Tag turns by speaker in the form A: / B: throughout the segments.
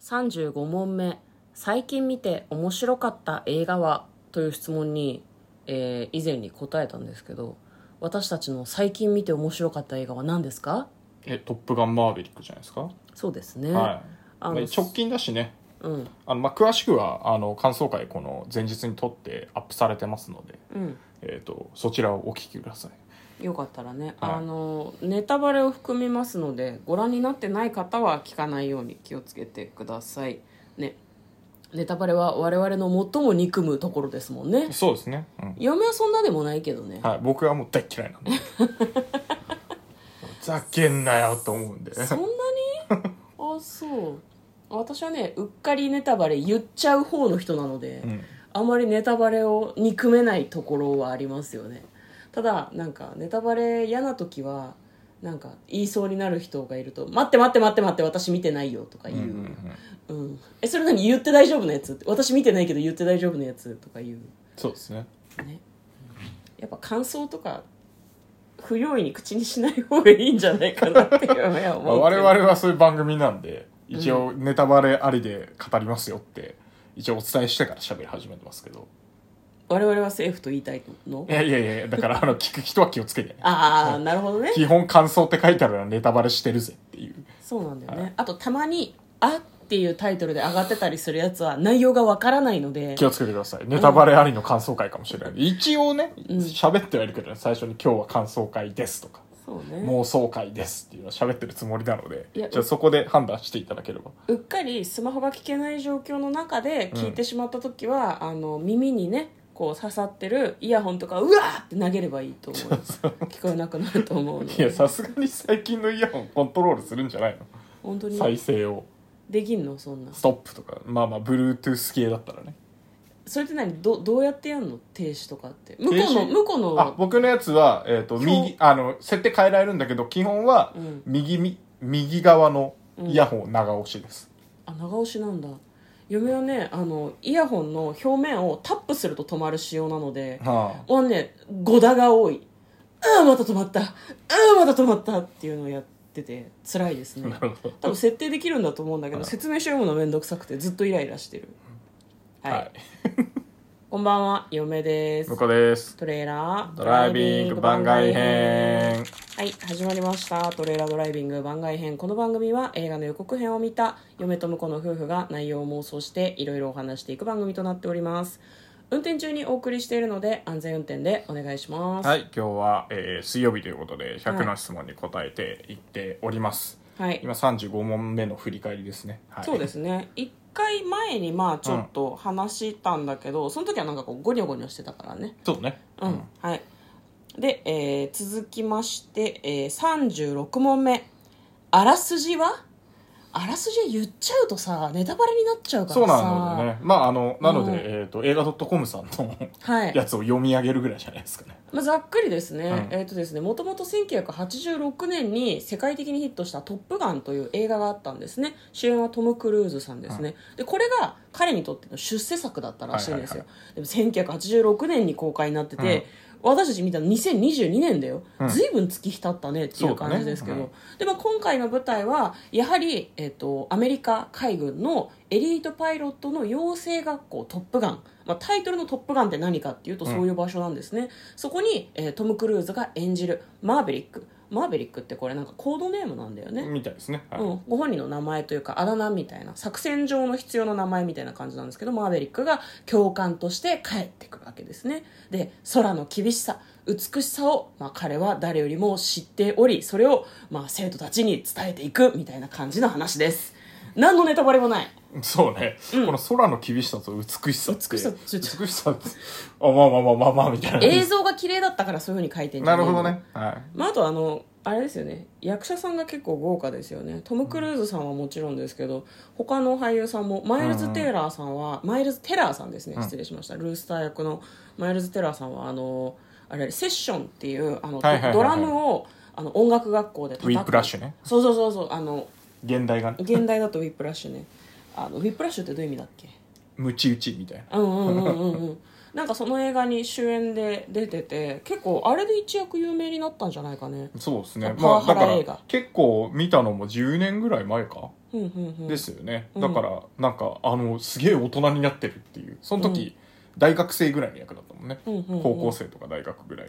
A: 35問目最近見て面白かった映画はという質問に、えー以前に答えたんですけど私たちの最近見て面白かった映画は何ですか
B: え「トップガンマーヴェリック」じゃないですか、
A: そうですね、
B: はい
A: あの
B: まあ直近だしね
A: うん
B: あの、まあ、詳しくはあの感想会この前日に撮ってアップされてますので、
A: うん
B: えー、とそちらをお聞きください
A: よかったらね、
B: はい
A: あのネタバレを含みますのでご覧になってない方は聞かないように気をつけてくださいねネタバレは我々の最も憎むところですもんね
B: そうですね、うん
A: 嫁はそんなでもないけどね、
B: はい、僕はもう大っ嫌いなんでふざけんなよと思うんで
A: そんなにあそう私はねうっかりネタバレ言っちゃう方の人なので、
B: うん
A: あまりネタバレを憎めないところはありますよねただなんかネタバレ嫌な時はなんか言いそうになる人がいると「待って待って待って待って私見てないよ」とか
B: うん
A: 言
B: う
A: う、
B: んう
A: うん
B: ん
A: えそれ何言って大丈夫なやつ?」私見てないけど言って大丈夫なやつ?」とか言う
B: そうですね
A: ねやっぱ感想とか不用意に口にしない方がいいんじゃないかなっていうのは
B: まあ
A: 思う
B: 我
A: けど
B: 々はそういう番組なんで一応ネタバレありで語りますよって一応お伝えしてから喋り始めてますけど
A: 我々はセーフと言いたいの
B: いやいやいやだからあの聞く人は気をつけてね
A: ああなるほどね
B: 基本感想って書いてあるらネタバレしてるぜっていう
A: そうなんだよね、あとたまに「あ」っていうタイトルで上がってたりするやつは内容がわからないので
B: 気をつけてくださいネタバレありの感想会かもしれない一応ね喋ってはいるけどね最初に今日は感想会ですとか
A: そうね
B: 妄想会ですっていうのは喋ってるつもりなので
A: いや
B: じゃあそこで判断していただければ
A: うっかりスマホが聞けない状況の中で聞いてしまった時は、あの耳にねこう刺さってるイヤホンとかうわーって投げればいいと 思う聞こえなくなると思うの
B: いや
A: で
B: さすがに最近のイヤホンコントロールするんじゃない
A: 本当
B: の再
A: に
B: 生を
A: できんのそんな
B: ストップとかまあまあ Bluetooth 系だったらね
A: それって何どどうやってやんの停止とかって向こうの
B: 停止
A: 向こうの
B: あ僕のやつは、えー、と
A: そう
B: 右あの設定変えられるんだけど基本は
A: うん
B: 右,、み右側のイヤホン長押しです、
A: あ長押しなんだ嫁はねあのイヤホンの表面をタップすると止まる仕様なので
B: は
A: はね5打が多いああまた止まったああまた止まったっていうのをやってて辛いです
B: あ、
A: ね
B: なるほど
A: 多分設定できるんだと思うんだけど
B: はい
A: 説明書読むの面倒くさくてずっとイライラしてるはい、
B: はい
A: こんばんは嫁です
B: 向こうです
A: トレーラー
B: ドライビング番外編
A: はい始まりましたトレーラードライビング番外編この番組は映画の予告編を見た嫁と婿の夫婦が内容を妄想していろいろお話していく番組となっております運転中にお送りしているので安全運転でお願いします
B: はい今日は、えー水曜日ということで100の質問に答えていっております、
A: はい
B: 今35問目の振り返りですね、はい、
A: そうですね一回前にまあちょっと話したんだけど、その時はなんかこうゴニョゴニョしてたからね
B: そうね
A: うん、はいで、えー続きまして、えー36問目あらすじはあらすじ言っちゃうとさネタバレになっちゃうからさ
B: そうなのでねまああのなので、
A: うん
B: えー、と映画 .com さんの
A: はい
B: やつを読み上げるぐらいじゃないですかね
A: まあ、ざっくりですね、
B: うん
A: えっ、とですね、もともと1986年に世界的にヒットしたトップガンという映画があったんですね。主演はトム・クルーズさんですね。で、これが彼にとっての出世作だったらしいんですよ。でも1986年に公開になってて、私たち見たの2022年だよ、
B: うん
A: ずいぶん月日経ったねっていう感じですけど、
B: そうだね
A: でまあ、今回の舞台はやはり、えっとアメリカ海軍のエリートパイロットの養成学校「トップガン」まあ、タイトルの「トップガン」って何かっていうと
B: うん
A: そういう場所なんですね、そこに、えートム・クルーズが演じるマーベリックマーベリックってこれなんかコードネームなんだよね、
B: みたいですね、はい
A: うん、ご本人の名前というかあだ名みたいな作戦上の必要な名前みたいな感じなんですけどマーベリックが教官として帰ってくるわけですねで空の厳しさ美しさを、まあ、彼は誰よりも知っておりそれを、まあ、生徒たちに伝えていくみたいな感じの話です何のネタバレもない
B: そうね、この空の厳しさと美しさって
A: 美しさちょちょ
B: 美しさってあまあまあまあまあまあみたいな
A: 映像が綺麗だったからそういうふうに書いてんじ
B: な
A: ゃ
B: る
A: ねえの
B: ほどねは
A: まあ、あとあのあれですよね役者さんが結構豪華ですよねトム・クルーズさんはもちろんですけど他の俳優さんもマイルズ・テイラーさんは、マイルズ・テラーさんですね
B: うん
A: 失礼しました、ルースター役のマイルズ・テラーさんはあのあれセッションっていうあの、
B: はいはいはいはい
A: ドラムをあの音楽学校で
B: いウィップラッシュね
A: そうそうそうそうあの
B: 現代がね
A: 現代だとウィップラッシュねあのウィップラッシュってどういう意味だっけ
B: ムチ打ちみたいな
A: うんうんうんうんうんなんかその映画に主演で出てて結構あれで一躍有名になったんじゃないかね
B: そうですね
A: パワ
B: まあ
A: ハ
B: だ
A: ラ
B: から
A: 映画
B: 結構見たのも10年ぐらい前か
A: うんうんうん
B: ですよね、
A: うん
B: だからなんかあのすげえ大人になってるっていうその時、大学生ぐらいの役だったもんね、
A: うんうんうん
B: 高校生とか大学ぐらい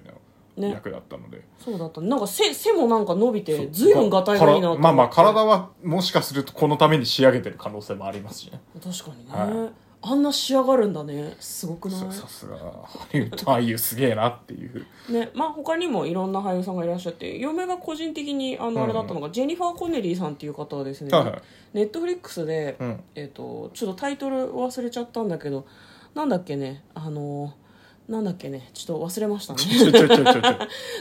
B: の
A: ね
B: 役だったので、
A: そうだったなんか背背もなんか伸びて
B: そう
A: ずいぶんがたいがいいなと思っ
B: か
A: て
B: まあまあ体はもしかするとこのために仕上げてる可能性もありますしね
A: 確かにね、
B: は
A: あんな仕上がるんだねすごくない
B: ささすがハリウッド俳優すげえなっていう
A: ねまあ、他にもいろんな俳優さんがいらっしゃって嫁が個人的にあ
B: んう
A: の
B: ん
A: あれだったのが、ジェニファー・コネリーさんっていう方はですね、
B: はいはい
A: ネットフリックスで、
B: うん
A: えっとちょっとタイトル忘れちゃったんだけどなんだっけねあのなんだっけねちょっと忘れましたね
B: ちょちょちょ ちょち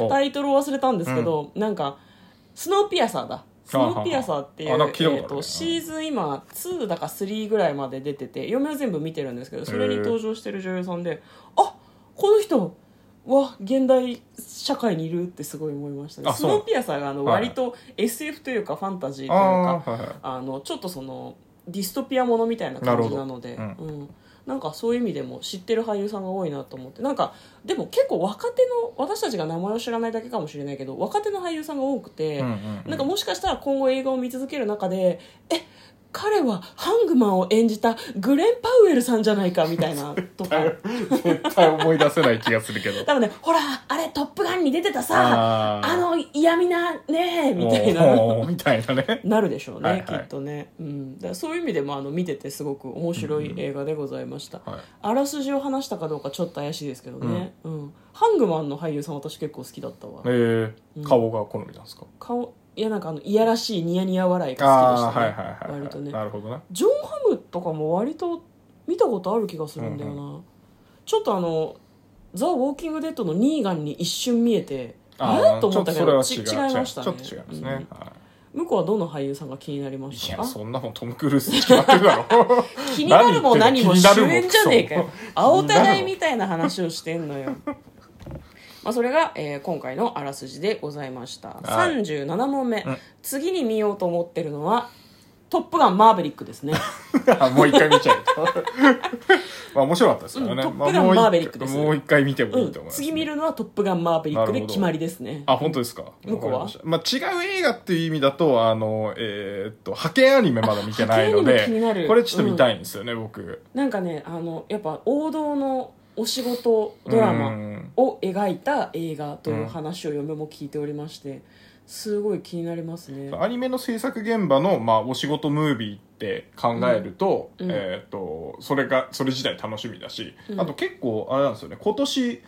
B: ょ
A: タイトル忘れたんですけど、なんかスノーピアサーだスノーピアサーっていう
B: あなんか聞いたことある
A: えーとシーズン今2だか3ぐらいまで出てて嫁は全部見てるんですけどそれに登場してる女優さんであこの人は現代社会にいるってすごい思いましたね
B: あ
A: ス
B: そう
A: ノーピアサーがあの
B: はい
A: 割と SF というかファンタジーという
B: ああ
A: か
B: はいはい
A: あのちょっとそのディストピアものみたいな感じなので
B: なるほ
A: うんなんかそういう意味でも知ってる俳優さんが多いなと思ってなんかでも結構若手の私たちが名前を知らないだけかもしれないけど若手の俳優さんが多くて、
B: うんうんうん
A: なんかもしかしたら今後映画を見続ける中でえ彼はハングマンを演じたグレン・パウエルさんじゃないかみたいなとか
B: 絶対思い出せない気がするけど
A: 多分ねほらあれ「トップガン」に出てたさ
B: あ
A: あ
B: ー
A: の嫌味なね みたいな。
B: おーみたい なね
A: なるでしょうね、
B: はいはい
A: きっとね、うん、だからそういう意味でもあの見ててすごく面白い映画でございました、
B: はい
A: あらすじを話したかどうかちょっと怪しいですけどね、うんハングマンの俳優さん私結構好きだったわ、
B: えー顔が好みなんですか
A: 顔いやなんかあのいやらしいニヤニヤ笑いが
B: あ
A: 好
B: あ
A: きでしたね、
B: ーはいはいはいはい
A: 割とね
B: なるほどね
A: ジョン・ハムとかも割と見たことある気がするんだよな、ちょっとあの「ザ・ウォーキング・デッド」のニーガンに一瞬見えてあ
B: あ
A: れ
B: ー
A: と思ったけ
B: ちょ
A: ど
B: っと
A: ち違
B: そ
A: い
B: れは違う
A: ましたね
B: ちょっと違いますね、
A: うん
B: は
A: 向こうはどの俳優さんが気になりま
B: い、い
A: した
B: や
A: か
B: そんなもんトム・クルーズに決まってる だろ
A: 気になるも何も
B: 何
A: 主
B: 言ってんの
A: 演じゃねえかよ
B: 気になるも
A: 青
B: ん
A: たらいみたいな話をしてんのよまあそれが、えー今回のあらすじでございました、
B: はい
A: 37問目、
B: ん
A: 次に見ようと思ってるのは「トップガンマーヴェリック」です ね
B: あもう一回見ちゃうと まあ面白かったですか
A: う
B: らね、
A: んトップ
B: まあ
A: ガン
B: もう一
A: マーヴェリックです
B: もう一回見ても
A: う
B: いい
A: ん
B: と思います、
A: 次見るのは「トップガンマーヴェリック」で決まりですね
B: あ本当ですか
A: 向こうは
B: わかりましたまあ、違う映画っていう意味だとあのえーっと派遣アニメまだ見てないの
A: あ派遣アニメ気にな
B: で
A: る
B: これちょっと見たいんですよね、僕
A: なんかねあのやっぱ王道のお仕事ドラマ、
B: うん
A: を描いた映画という話を嫁も聞いておりまして、すごい気になりますね
B: アニメの制作現場の、まあ、お仕事ムービーって考えると,、
A: うんうん
B: えーっとそれがそれ自体楽しみだし、
A: うん
B: あと結構あれなんですよね今年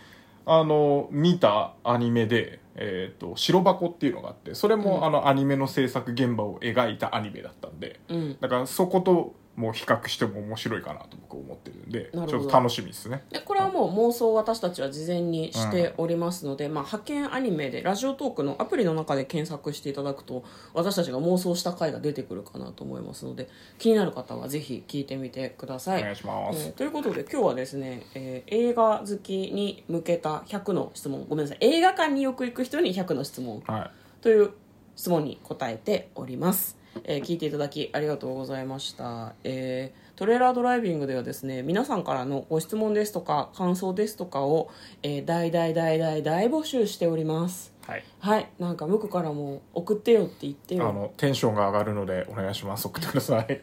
B: あの見たアニメで「えーっと白箱」っていうのがあってそれも、
A: うん
B: あのアニメの制作現場を描いたアニメだったんで
A: うん
B: だからそことも比較しても面白いかなと僕思ってるんでち
A: な
B: ょっ
A: るほど
B: と楽しみですね
A: でこれはもう妄想を私たちは事前にしておりますので、まあ、派遣アニメでラジオトークのアプリの中で検索していただくと私たちが妄想した回が出てくるかなと思いますので気になる方はぜひ聞いてみてくださ
B: お
A: い。
B: 願いします、
A: えーということで今日はですね、えー映画好きに向けた100の質問ごめんなさい映画館によく行く人に100の質問
B: はい
A: という質問に答えております、えー聞いていただきありがとうございました、えートレーラードライビングではですね皆さんからのご質問ですとか感想ですとかを、えー大大大大大募集しております
B: はい
A: はいなんかムクからも送ってよって言って
B: あ
A: よ
B: のテンションが上がるのでお願いします送ってください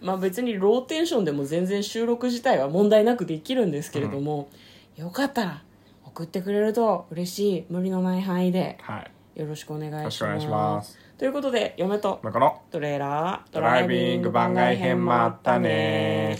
A: まあ別にローテンションでも全然収録自体は問題なくできるんですけれども、よかったら送ってくれると嬉しい無理のない範囲で
B: はい
A: よろしくお願い
B: よろし
A: し
B: くお願
A: ま
B: い
A: す
B: します
A: ということで嫁と
B: だから
A: トレーラード
B: ドライビング番外編もあったね